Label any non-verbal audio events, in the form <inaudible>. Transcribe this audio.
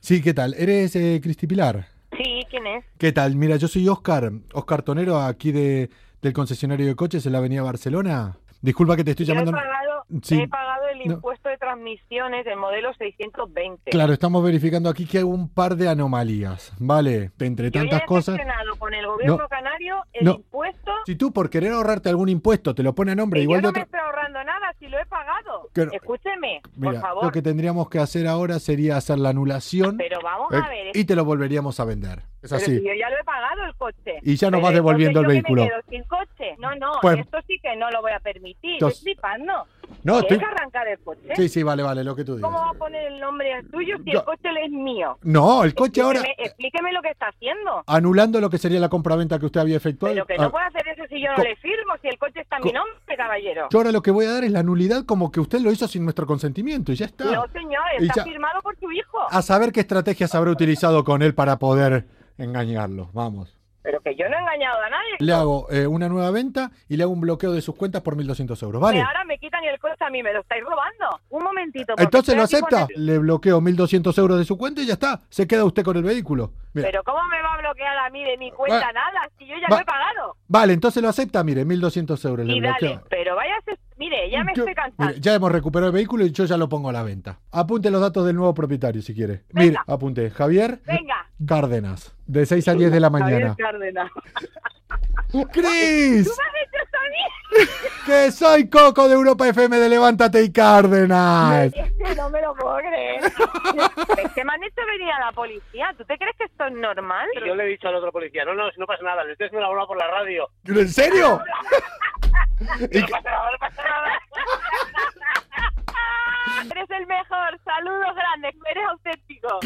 Sí, ¿qué tal? ¿Eres eh, Cristi Pilar? Sí, ¿quién es? ¿Qué tal? Mira, yo soy Oscar, Oscar Tonero, aquí de, del concesionario de coches en la Avenida Barcelona. Disculpa que te estoy Yo he llamando. pagado, Sí. he pagado el No. impuesto de transmisiones del modelo 620. Claro, estamos verificando aquí que hay un par de anomalías, ¿vale? Entre Yo tantas ya he cosas. gestionado con el gobierno No. canario el No. impuesto. Si tú por querer ahorrarte algún impuesto te lo pone a nombre que igual yo de no me otro... estoy ahorrando nada, si lo he pagado. Claro. Escúcheme, por Mira, lo favor. que tendríamos que hacer ahora sería hacer la anulación Pero vamos eh, a ver, y te lo volveríamos a vender. Es pero así. si yo ya lo he pagado el coche. Y ya nos Pero vas devolviendo entonces el yo que me vehículo. quedo sin coche. No, no, Pues- esto sí que no lo voy a permitir. Yo- Estoy flipando. No, ¿Quieres estoy... arrancar el coche? Sí, sí, vale, vale, lo que tú digas. ¿eh? ¿Cómo va a poner el nombre al tuyo si Yo- el coche es mío? No, el coche ahora Explíqueme- Explíqueme lo que está haciendo. anulando lo que sería la compraventa que usted había efectuado. Pero que no Ah, puede hacer eso si yo no co- le firmo, si el coche está a mi co- nombre, caballero. Yo ahora lo que voy a dar es la nulidad como que usted lo hizo sin nuestro consentimiento y ya está. No, señor, Y está ya- Ah. firmado por tu hijo. A saber qué estrategias habrá utilizado con él para poder engañarlo. Vamos. Pero que yo no he engañado a nadie. Le hago eh, una nueva venta y le hago un bloqueo de sus cuentas por 1.200 euros, Que ¿vale? ahora me quitan el coche a mí, me lo estáis robando. Un momentito. porque Entonces estoy lo aquí acepta. con el- Le bloqueo 1.200 euros de su cuenta y ya está. Se queda usted con el vehículo. Mira. Pero ¿cómo me va a bloquear a mí de mi cuenta Va- nada? Si yo ya va- lo he pagado. Vale, entonces lo acepta. Mire, 1.200 euros le Y bloqueo. dale, pero váyase... Mire, ya me Yo- estoy cansando. mire, ya hemos recuperado el vehículo y yo ya lo pongo a la venta. Apunte los datos del nuevo propietario si quiere. Venga. Mire, apunte. Javier Venga. Cárdenas, de 6 a 10 de la Javier mañana. Cárdenas. <laughs> ¿Tú ¡Cris! me has hecho eso a mí? ¡Que soy Coco de Europa FM de Levántate y Cárdenas! No me lo puedo creer. Es que me han hecho venir a la policía. ¿Tú te crees que esto es normal? Y yo <laughs> le he dicho al otro policía, no, no, si no pasa nada, le estoy haciendo la broma por la radio. ¿En serio? Y no pasa nada, no pasa nada. Eres el mejor. Saludos grandes. Eres auténtico.